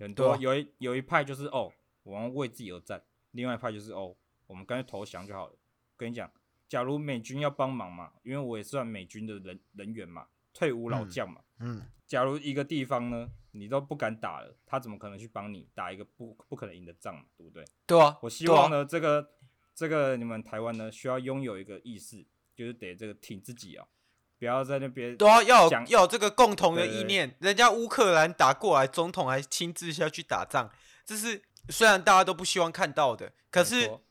Speaker 2: 很
Speaker 1: 对
Speaker 2: 多
Speaker 1: 啊
Speaker 2: 有一有一派就是哦，我们为自己而战；，另外一派就是哦，我们干脆投降就好了。跟你讲，假如美军要帮忙嘛，因为我也算美军的人人员嘛，退伍老
Speaker 1: 嗯
Speaker 2: 将嘛，
Speaker 1: 嗯
Speaker 2: 假如一个地方呢，你都不敢打了，他怎么可能去帮你打一个不不可能赢的仗嘛，对不对？
Speaker 1: 对啊，
Speaker 2: 我希
Speaker 1: 对啊
Speaker 2: 望，呢，这个这个你们台湾呢，需要拥有一个意识，就是得这个挺自己啊，不要在那边
Speaker 1: 对啊，要有
Speaker 2: 讲
Speaker 1: 要有这个共同的
Speaker 2: 对对
Speaker 1: 意
Speaker 2: 对
Speaker 1: 念。人家乌克兰打过来，总统还亲自下去打仗，这是虽然大家都不希望看到的，可
Speaker 2: 没
Speaker 1: 是
Speaker 2: 错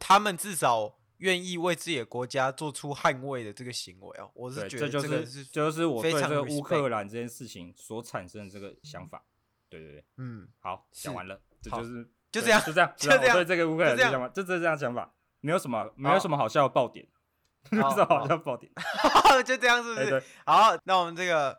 Speaker 1: 他们至少愿意为自己的国家做出捍卫的这个行为哦，我是
Speaker 2: 对，
Speaker 1: 觉
Speaker 2: 这
Speaker 1: 得
Speaker 2: 就
Speaker 1: 个
Speaker 2: 是
Speaker 1: 是
Speaker 2: 就是我
Speaker 1: 非
Speaker 2: 对这
Speaker 1: 常
Speaker 2: 个乌克
Speaker 1: respect
Speaker 2: 兰这件事情所产生的这个想法。对对对，
Speaker 1: 嗯，
Speaker 2: 好，
Speaker 1: 是
Speaker 2: 讲完了，这
Speaker 1: 好
Speaker 2: 就是
Speaker 1: 就
Speaker 2: 对
Speaker 1: 这样
Speaker 2: 就这样，
Speaker 1: 就
Speaker 2: 对啊
Speaker 1: 这样
Speaker 2: 我对这个乌克兰
Speaker 1: 就这样
Speaker 2: 的想法，就这这样想法，没有什么没有
Speaker 1: 好
Speaker 2: 什么好笑的爆点，没有
Speaker 1: 好
Speaker 2: 什么好
Speaker 1: 好
Speaker 2: 笑的爆点。
Speaker 1: 就这样是不
Speaker 2: 哎
Speaker 1: 是？
Speaker 2: 对，
Speaker 1: 好，那我们这个，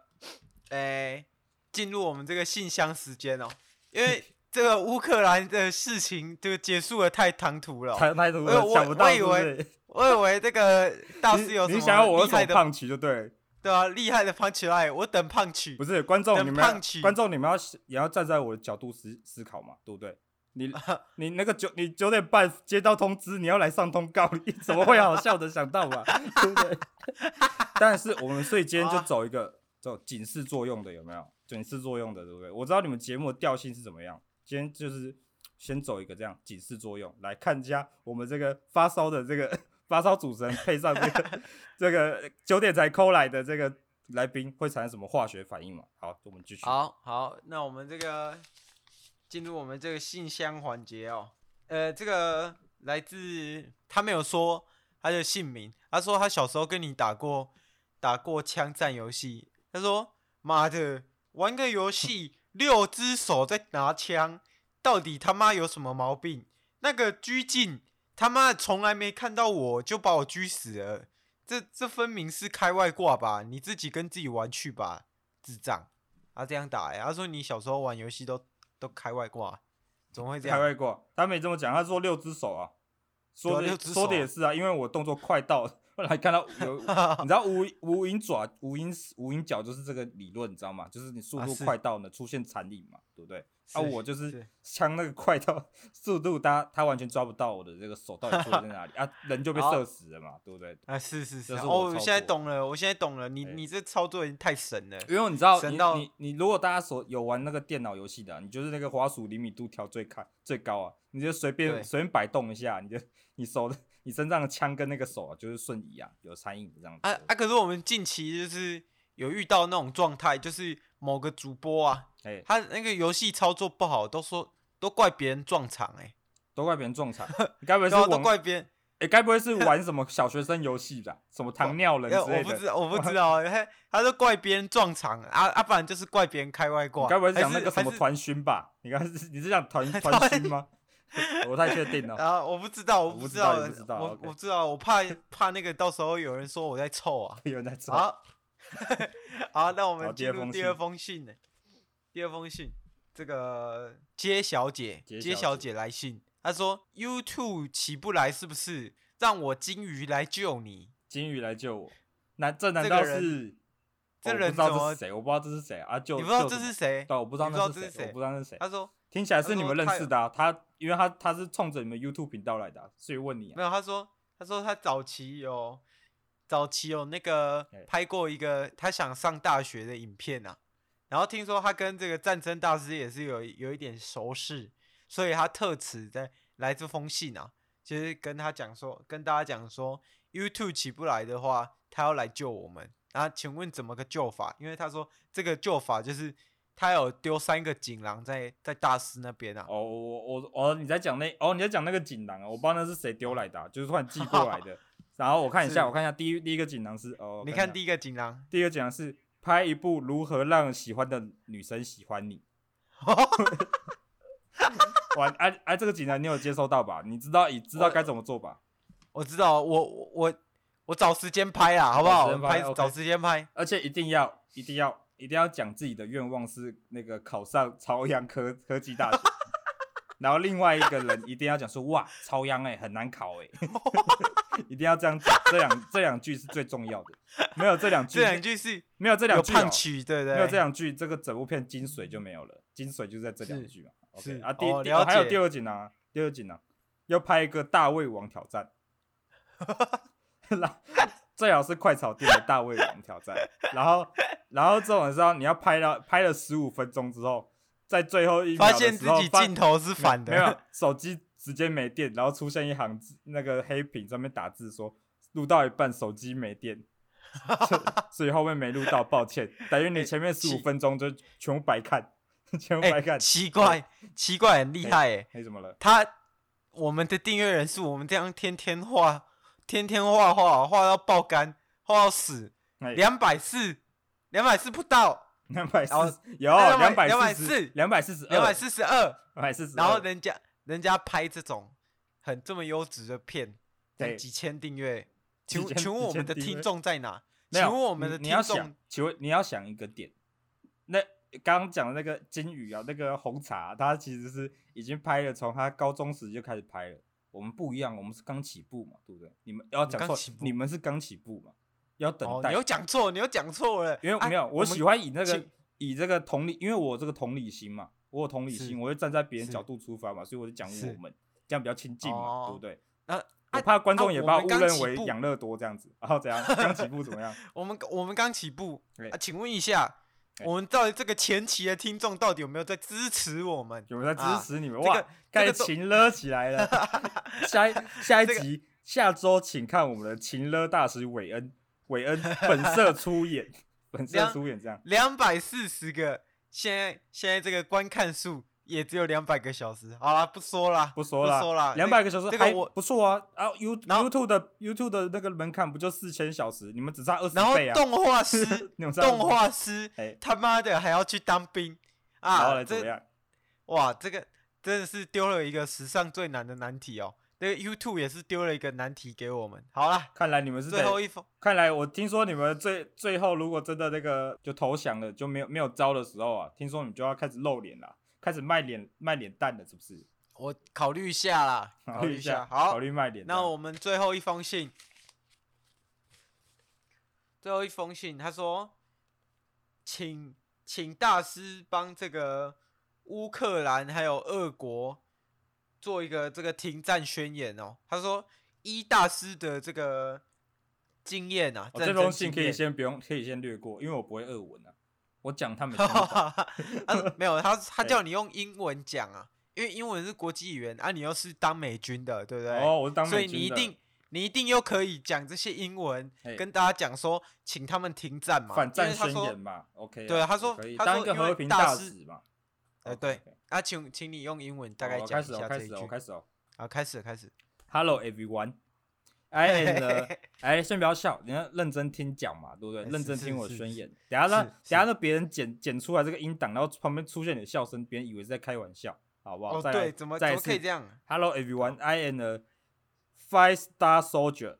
Speaker 1: 诶、进入我们这个信箱时间哦，因 为这个乌克兰的事情这个结束的太唐突了哦、
Speaker 2: 太太突
Speaker 1: 哎
Speaker 2: 然
Speaker 1: 我
Speaker 2: 想不到，
Speaker 1: 我以
Speaker 2: 是不
Speaker 1: 为
Speaker 2: 是？
Speaker 1: 我以为这个大师有
Speaker 2: 你
Speaker 1: 什
Speaker 2: 你想要
Speaker 1: 么
Speaker 2: 我
Speaker 1: 厉害
Speaker 2: 手
Speaker 1: 的，
Speaker 2: 胖曲就对了，
Speaker 1: 对啊，厉害的胖起来，我等胖曲
Speaker 2: 不。是观众
Speaker 1: 等
Speaker 2: 你们要
Speaker 1: 胖曲
Speaker 2: 观众你们要也要站在我的角度思思考嘛，对不对？ 你你那个九你九点半接到通知你要来上通告，你怎么会好笑的 想到嘛？对不对？但是我们所以今天就
Speaker 1: 好啊
Speaker 2: 走一个走警示作用的有没有？警示作用的对不对？我知道你们节目的调性是怎么样，今天就是先走一个这样警示作用，来看一下我们这个发烧的这个 发烧主持人配上这个这个九点才抠来的这个来宾会产生什么化学反应嘛？好，我们继续。
Speaker 1: 好好，那我们这个进入我们这个信箱环节哦。呃，这个来自他没有说他的姓名，他说他小时候跟你打过打过枪战游戏。他说：“妈的，玩个游戏，六只手在拿枪，到底他妈有什么毛病？那个拘禁，他妈的从来没看到我就把我拘死了，这这分明是开外挂吧？你自己跟自己玩去吧，智障！”他这样打、欸，他说你小时候玩游戏都都开外挂，怎么会这
Speaker 2: 开
Speaker 1: 样？
Speaker 2: 外挂，他没这么讲，他说六只手啊，
Speaker 1: 对
Speaker 2: 说
Speaker 1: 啊
Speaker 2: 的、
Speaker 1: 六只手啊
Speaker 2: 说的也是啊，因为我动作快到， 后来看到有，你知道无无影爪、无影无影脚就是这个理论，你知道吗？就是你速
Speaker 1: 啊
Speaker 2: 度
Speaker 1: 是
Speaker 2: 快到呢，出现残影嘛，对不对？啊，
Speaker 1: 是
Speaker 2: 我就是是枪那个快到 速度，他他完全抓不到我的这个手到底出在哪里啊，人就被
Speaker 1: 好
Speaker 2: 射死了嘛，对不对？
Speaker 1: 啊，是是是，
Speaker 2: 这是
Speaker 1: 哦，
Speaker 2: 我
Speaker 1: 我
Speaker 2: 操
Speaker 1: 现在
Speaker 2: 作
Speaker 1: 懂了，我现在懂了，你
Speaker 2: 哎
Speaker 1: 你这操作已经太神了，
Speaker 2: 因为你知道，
Speaker 1: 神
Speaker 2: 你
Speaker 1: 到
Speaker 2: 你你，如果大家所有玩那个电脑游戏的啊、你就是那个滑鼠灵敏度调最开最高啊，你就随
Speaker 1: 对
Speaker 2: 便随便摆动一下，你就你手的 你身上的枪跟那个手啊，就是瞬移啊，有残影这样子。
Speaker 1: 啊啊！可是我们近期就是有遇到那种状态，就是某个主播啊，
Speaker 2: 哎、
Speaker 1: 他那个游戏操作不好，都说都怪别人撞场、欸，
Speaker 2: 都怪别人 撞惨，你该不会
Speaker 1: 哎，
Speaker 2: 是
Speaker 1: 对啊，都
Speaker 2: 玩？
Speaker 1: 怪别人，
Speaker 2: 哎、该不会是玩什么小学生游戏吧？什么糖尿人
Speaker 1: 哎
Speaker 2: 之
Speaker 1: 我
Speaker 2: 类
Speaker 1: 不知
Speaker 2: 的？
Speaker 1: 道， 我不知道，他他都怪别人撞场啊啊，不然就是怪别人开外
Speaker 2: 你
Speaker 1: 挂，
Speaker 2: 该不会
Speaker 1: 啊还是
Speaker 2: 讲那个什么
Speaker 1: 还是
Speaker 2: 团勋吧？你刚是 你是讲 团
Speaker 1: 团
Speaker 2: 团勋吗？我太确定哦了。
Speaker 1: 啊，我不知道，我
Speaker 2: 不
Speaker 1: 不
Speaker 2: 知
Speaker 1: 知
Speaker 2: 道
Speaker 1: 道，
Speaker 2: 也不知道
Speaker 1: 我
Speaker 2: OK
Speaker 1: 我知道，我怕怕那个到时候有人说我在凑 啊。
Speaker 2: 有人在找，
Speaker 1: 好， 好，那我
Speaker 2: 好
Speaker 1: 们
Speaker 2: 第
Speaker 1: 进
Speaker 2: 二
Speaker 1: 入
Speaker 2: 封
Speaker 1: 第
Speaker 2: 信
Speaker 1: 二封信呢。第二封信，这个街小姐，
Speaker 2: 街
Speaker 1: 街
Speaker 2: 小
Speaker 1: 小姐来信，她说 YouTube 起不来是不是？让我金鱼来救你。
Speaker 2: 金鱼来救我。难这难
Speaker 1: 这个
Speaker 2: 道
Speaker 1: 人
Speaker 2: 是？
Speaker 1: 这
Speaker 2: 我
Speaker 1: 人
Speaker 2: 不知道
Speaker 1: 怎么
Speaker 2: 这是谁，我不知道这是谁啊！救
Speaker 1: 你不知道
Speaker 2: 救
Speaker 1: 这
Speaker 2: 什
Speaker 1: 是
Speaker 2: 么
Speaker 1: 谁？
Speaker 2: 对，我不知道
Speaker 1: 你不知
Speaker 2: 那
Speaker 1: 道
Speaker 2: 是
Speaker 1: 这是
Speaker 2: 谁，
Speaker 1: 谁
Speaker 2: 我不知道那是谁。
Speaker 1: 她说
Speaker 2: 听起来
Speaker 1: 他
Speaker 2: 是你
Speaker 1: 说
Speaker 2: 们认
Speaker 1: 他有
Speaker 2: 识的、啊，他因为他他是冲着你们 YouTube 频道来的啊、所以问你
Speaker 1: 没
Speaker 2: 啊。
Speaker 1: 有，她说她说她早期有早期有那个
Speaker 2: 哎
Speaker 1: 拍过一个她想上大学的影片啊，然后听说她跟这个战争大师也是有有一点熟识，所以他特此在来这封信啊，就是跟他讲说，跟大家讲说，YouTube 起不来的话，他要来救我们。啊，请问怎么个救法？因为他说这个救法就是他有丢三个锦囊在在大师那边啊。
Speaker 2: 哦，我我哦，你在讲那哦，你在讲那个锦囊啊，我不知道那是谁丢来的啊、就是突然寄 过来的。然后我看一
Speaker 1: 是
Speaker 2: 下，我看一下第一第一个锦囊是哦，
Speaker 1: 你
Speaker 2: 我
Speaker 1: 看
Speaker 2: 一
Speaker 1: 第
Speaker 2: 下
Speaker 1: 一个锦 囊，
Speaker 2: 第一个锦囊是拍一部如何让喜欢的女生喜欢你。完，哎、哎、这个锦囊你有接收到吧？你知道你知道
Speaker 1: 我
Speaker 2: 该怎么做吧？
Speaker 1: 我知道，我我我我找时间拍啊，好不好？
Speaker 2: 哦找时间拍
Speaker 1: 拍
Speaker 2: OK
Speaker 1: 找时间拍，
Speaker 2: 而且一定要一定要一定要讲自己的愿望是那个考上朝阳科科技大学， 然后另外一个人一定要讲说哇朝阳哎、很难考哎、 一定要这样讲，这两这两句是最重要的，没有这两句
Speaker 1: 这两句是
Speaker 2: 没有这两
Speaker 1: 有
Speaker 2: 句、哦
Speaker 1: 胖，曲，对不对？
Speaker 2: 没有这两句，这个整部片精髓就没有了，精髓就在这两
Speaker 1: 是
Speaker 2: 句嘛。
Speaker 1: 是
Speaker 2: OK 啊，第、
Speaker 1: 哦
Speaker 2: 第
Speaker 1: 了
Speaker 2: 还有
Speaker 1: 解
Speaker 2: 第二锦囊啊，第二锦囊要拍一个大胃王挑 战，然后最好是快炒店的大胃王挑 战，然后然后这种时候你要拍到拍了十五分钟之后，在最后一秒
Speaker 1: 发
Speaker 2: 的
Speaker 1: 现自
Speaker 2: 时候
Speaker 1: 己
Speaker 2: 发
Speaker 1: 镜头是反的，
Speaker 2: 没有手机直接没电，然后出现一行字那个黑屏上面打字说录到一半手机 没电，所所以后面没录到，抱歉，等
Speaker 1: 哎
Speaker 2: 于你前面十
Speaker 1: 奇
Speaker 2: 五分钟就全部白看， 全部
Speaker 1: 哎、
Speaker 2: 白看，
Speaker 1: 奇怪，奇怪，很厉害哎、
Speaker 2: 没怎么了，
Speaker 1: 他我们的订阅人数，我们这样天天画天天画画，画到爆肝，画到死，
Speaker 2: 哎
Speaker 1: 两百四，两百四不到，
Speaker 2: 两百四
Speaker 1: 然后
Speaker 2: 有
Speaker 1: 哎
Speaker 2: 两百
Speaker 1: 240
Speaker 2: 两百四十
Speaker 1: 两百四十二，
Speaker 2: 两百四十，
Speaker 1: 然后人家人家拍这种很这么优质的片，
Speaker 2: 对
Speaker 1: 几千订阅，
Speaker 2: 几
Speaker 1: 请
Speaker 2: 千
Speaker 1: 请问我们的
Speaker 2: 几千订阅
Speaker 1: 听众在哪？
Speaker 2: 没
Speaker 1: 请
Speaker 2: 有
Speaker 1: 问我们
Speaker 2: 你
Speaker 1: 的
Speaker 2: 你
Speaker 1: 听
Speaker 2: 要想
Speaker 1: 众，
Speaker 2: 请问你要想一个点，那刚刚讲的那个金鱼啊，那个红茶，它其实是已经拍了，从他高中时就开始拍了。我们不一样，我们是刚起步嘛，对不对？你们要
Speaker 1: 们
Speaker 2: 讲
Speaker 1: 刚
Speaker 2: 错
Speaker 1: 起，步
Speaker 2: 你们是刚起步嘛，要等
Speaker 1: 哦，
Speaker 2: 待。
Speaker 1: 你又讲错，你又讲错了，
Speaker 2: 因为
Speaker 1: 啊
Speaker 2: 没有，我喜
Speaker 1: 们
Speaker 2: 欢以那个
Speaker 1: 请
Speaker 2: 以这个同理，因为我有这个同理心嘛，我有同理
Speaker 1: 是
Speaker 2: 心，我会站在别人
Speaker 1: 是
Speaker 2: 角度出发嘛，所以我就讲
Speaker 1: 是
Speaker 2: 我们，这样比较亲近嘛，对
Speaker 1: 哦
Speaker 2: 不对？
Speaker 1: 啊
Speaker 2: 我
Speaker 1: 啊
Speaker 2: 怕观
Speaker 1: 啊
Speaker 2: 众也
Speaker 1: 我
Speaker 2: 把
Speaker 1: 们
Speaker 2: 误
Speaker 1: 刚
Speaker 2: 认
Speaker 1: 起
Speaker 2: 为
Speaker 1: 步
Speaker 2: 养乐多这样子，然后怎样？刚起步怎么样？
Speaker 1: 我们我们刚起步
Speaker 2: 对
Speaker 1: 啊，请问一下，
Speaker 2: 哎
Speaker 1: 我们到底这个前期的听众到底有没有在支持我们？
Speaker 2: 有人在
Speaker 1: 啊
Speaker 2: 支持你们、
Speaker 1: 这
Speaker 2: 哇
Speaker 1: 个，
Speaker 2: 该、
Speaker 1: 这个都
Speaker 2: 情勒起 来了。下一下一
Speaker 1: 这个
Speaker 2: 集、下周请看我们的情勒大师韦恩，韦恩本色出演，本色
Speaker 1: 两
Speaker 2: 出演这样。
Speaker 1: 两百四十个，现在现在这个观看数也只有两百个小时。好啦，不说啦，
Speaker 2: 不说
Speaker 1: 了，
Speaker 2: 啦，
Speaker 1: 不说啦，
Speaker 2: 两百个小时
Speaker 1: 这
Speaker 2: 还
Speaker 1: 个我，
Speaker 2: 不错啊。啊，You
Speaker 1: 然后
Speaker 2: YouTube 的 YouTube 的那个门槛不就四千小时？你们只差二十
Speaker 1: 然后
Speaker 2: 倍啊！
Speaker 1: 动画师，
Speaker 2: 你们知道
Speaker 1: 动画师
Speaker 2: 哎，
Speaker 1: 他妈的还要去当兵
Speaker 2: 然后
Speaker 1: 啊！
Speaker 2: 嘞怎么
Speaker 1: 这
Speaker 2: 样？
Speaker 1: 哇，这个真的是丢了一个史上最难的难题哦。那个 YouTube 也是丢了一个难题给我们。好啦，
Speaker 2: 看来你们是
Speaker 1: 最后
Speaker 2: 得，
Speaker 1: 一封，
Speaker 2: 看来我听说你们最最后如果真的那个就投降了，就没有没有招的时候啊，听说你们就要开始露脸啦，开始卖脸卖脸蛋了，是不是？
Speaker 1: 我考虑一下啦，考虑一下。好
Speaker 2: 考，虑卖脸蛋。哦
Speaker 1: 那我们最后一封信，最后一封信，他说，请请大师帮这个乌克兰还有俄国做一个这个停战宣言哦。他说，依大师的这个经验啊，
Speaker 2: 哦
Speaker 1: 战
Speaker 2: 这
Speaker 1: 争
Speaker 2: 封信
Speaker 1: 经
Speaker 2: 可以
Speaker 1: 验
Speaker 2: 先不用，可以先略过，因为我不会俄文啊，我 讲他们听不懂
Speaker 1: 啊，没有，他他
Speaker 2: 哎
Speaker 1: 叫你用英文讲啊，因为英文是国际语言啊，你又是当美军的，对不对？
Speaker 2: 哦，我是当
Speaker 1: 所
Speaker 2: 美
Speaker 1: 以你一
Speaker 2: 军的
Speaker 1: 定你一定又可以讲这些英文，
Speaker 2: 哎
Speaker 1: 跟大家讲说，请他们停战嘛，
Speaker 2: 反战
Speaker 1: 因为他
Speaker 2: 宣
Speaker 1: 说
Speaker 2: 言嘛，OK 啊。
Speaker 1: 对他说
Speaker 2: 可以
Speaker 1: 他
Speaker 2: 当
Speaker 1: 说
Speaker 2: 一个
Speaker 1: 因为
Speaker 2: 和平
Speaker 1: 大
Speaker 2: 大
Speaker 1: 师
Speaker 2: 使嘛。
Speaker 1: 呃
Speaker 2: OK，
Speaker 1: 对
Speaker 2: OK
Speaker 1: 啊，请请你用英文大概
Speaker 2: 好
Speaker 1: 讲一
Speaker 2: 开始哦，
Speaker 1: 下
Speaker 2: 开
Speaker 1: 这一
Speaker 2: 始
Speaker 1: 句
Speaker 2: 哦，。开始哦。
Speaker 1: 好，开始开始，
Speaker 2: Hello everyone, I am the
Speaker 1: 嘿
Speaker 2: 哎，先不要笑，你要认真听讲嘛，对不对？
Speaker 1: 哎
Speaker 2: 认
Speaker 1: 是
Speaker 2: 真
Speaker 1: 是
Speaker 2: 听我
Speaker 1: 是
Speaker 2: 宣
Speaker 1: 是
Speaker 2: 言。等下让
Speaker 1: 是
Speaker 2: 等下让别人剪剪出来这个音档，然后旁边出现你的笑声，别人以为是在开玩笑，好不好？
Speaker 1: 哦
Speaker 2: 再来
Speaker 1: 对，怎么
Speaker 2: 再
Speaker 1: 怎么
Speaker 2: 来
Speaker 1: 可以
Speaker 2: 一次
Speaker 1: 这 样？
Speaker 2: Hello everyone, I am a five star soldier.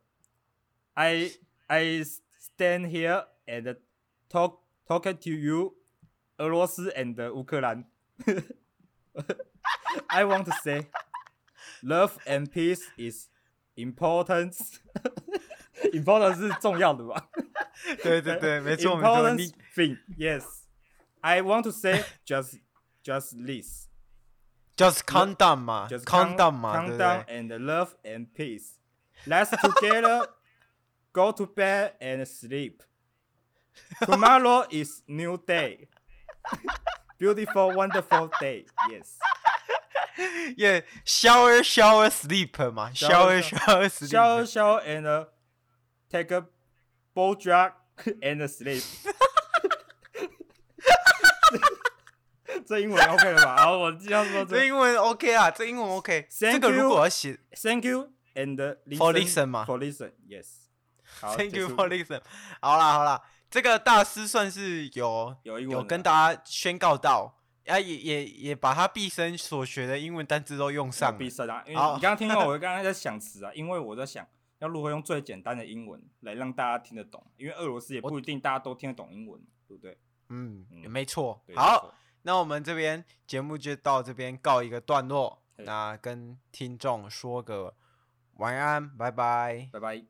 Speaker 2: I I stand here and talk talking to you, 俄罗斯 and 乌克兰。I want to say, love and peace is important. important 是重要的吧？
Speaker 1: 对对 对，没错没错，
Speaker 2: Important
Speaker 1: 你
Speaker 2: thing, yes. I want to say just just this.
Speaker 1: just calm down 嘛
Speaker 2: just
Speaker 1: ，calm down 嘛，对
Speaker 2: calm
Speaker 1: 不
Speaker 2: down
Speaker 1: 对？
Speaker 2: and love and peace. Let's together go to bed and sleep. Tomorrow is new day. Beautiful, wonderful day. Yes.
Speaker 1: 耶，shower shower sleep 嘛，shower shower
Speaker 2: Shower- Shower,
Speaker 1: sleep，
Speaker 2: shower, and uh, take a bowl drug and sleep. 这英文 OK 了吧？好，我就要说
Speaker 1: 这
Speaker 2: 这。
Speaker 1: 英文 OK 啊，这英文 OK，这
Speaker 2: Thank
Speaker 1: 个如
Speaker 2: you
Speaker 1: 果要写
Speaker 2: Thank you and uh, listen
Speaker 1: For listen 嘛
Speaker 2: For listen, yes. 好
Speaker 1: Thank
Speaker 2: 结
Speaker 1: you
Speaker 2: 束
Speaker 1: for listen。好啦好啦，这个大师算是有
Speaker 2: 有英文
Speaker 1: 有
Speaker 2: 了
Speaker 1: 跟大家宣告到，啊也也也把他毕生所学的英文单字都用上
Speaker 2: 必
Speaker 1: 了。
Speaker 2: 胜啊！因为
Speaker 1: 好
Speaker 2: 你刚刚 听到我刚刚在想词啊，因为我在想要如何用最简单的英文来让大家听得懂，因为俄罗斯也不一定大家都听得懂英文，对不对？
Speaker 1: 嗯，
Speaker 2: 嗯
Speaker 1: 没错
Speaker 2: 对。
Speaker 1: 好，，那我们这边节目就到这边告一个段落，
Speaker 2: 嘿
Speaker 1: 那跟听众说个晚安，拜拜。
Speaker 2: 拜拜。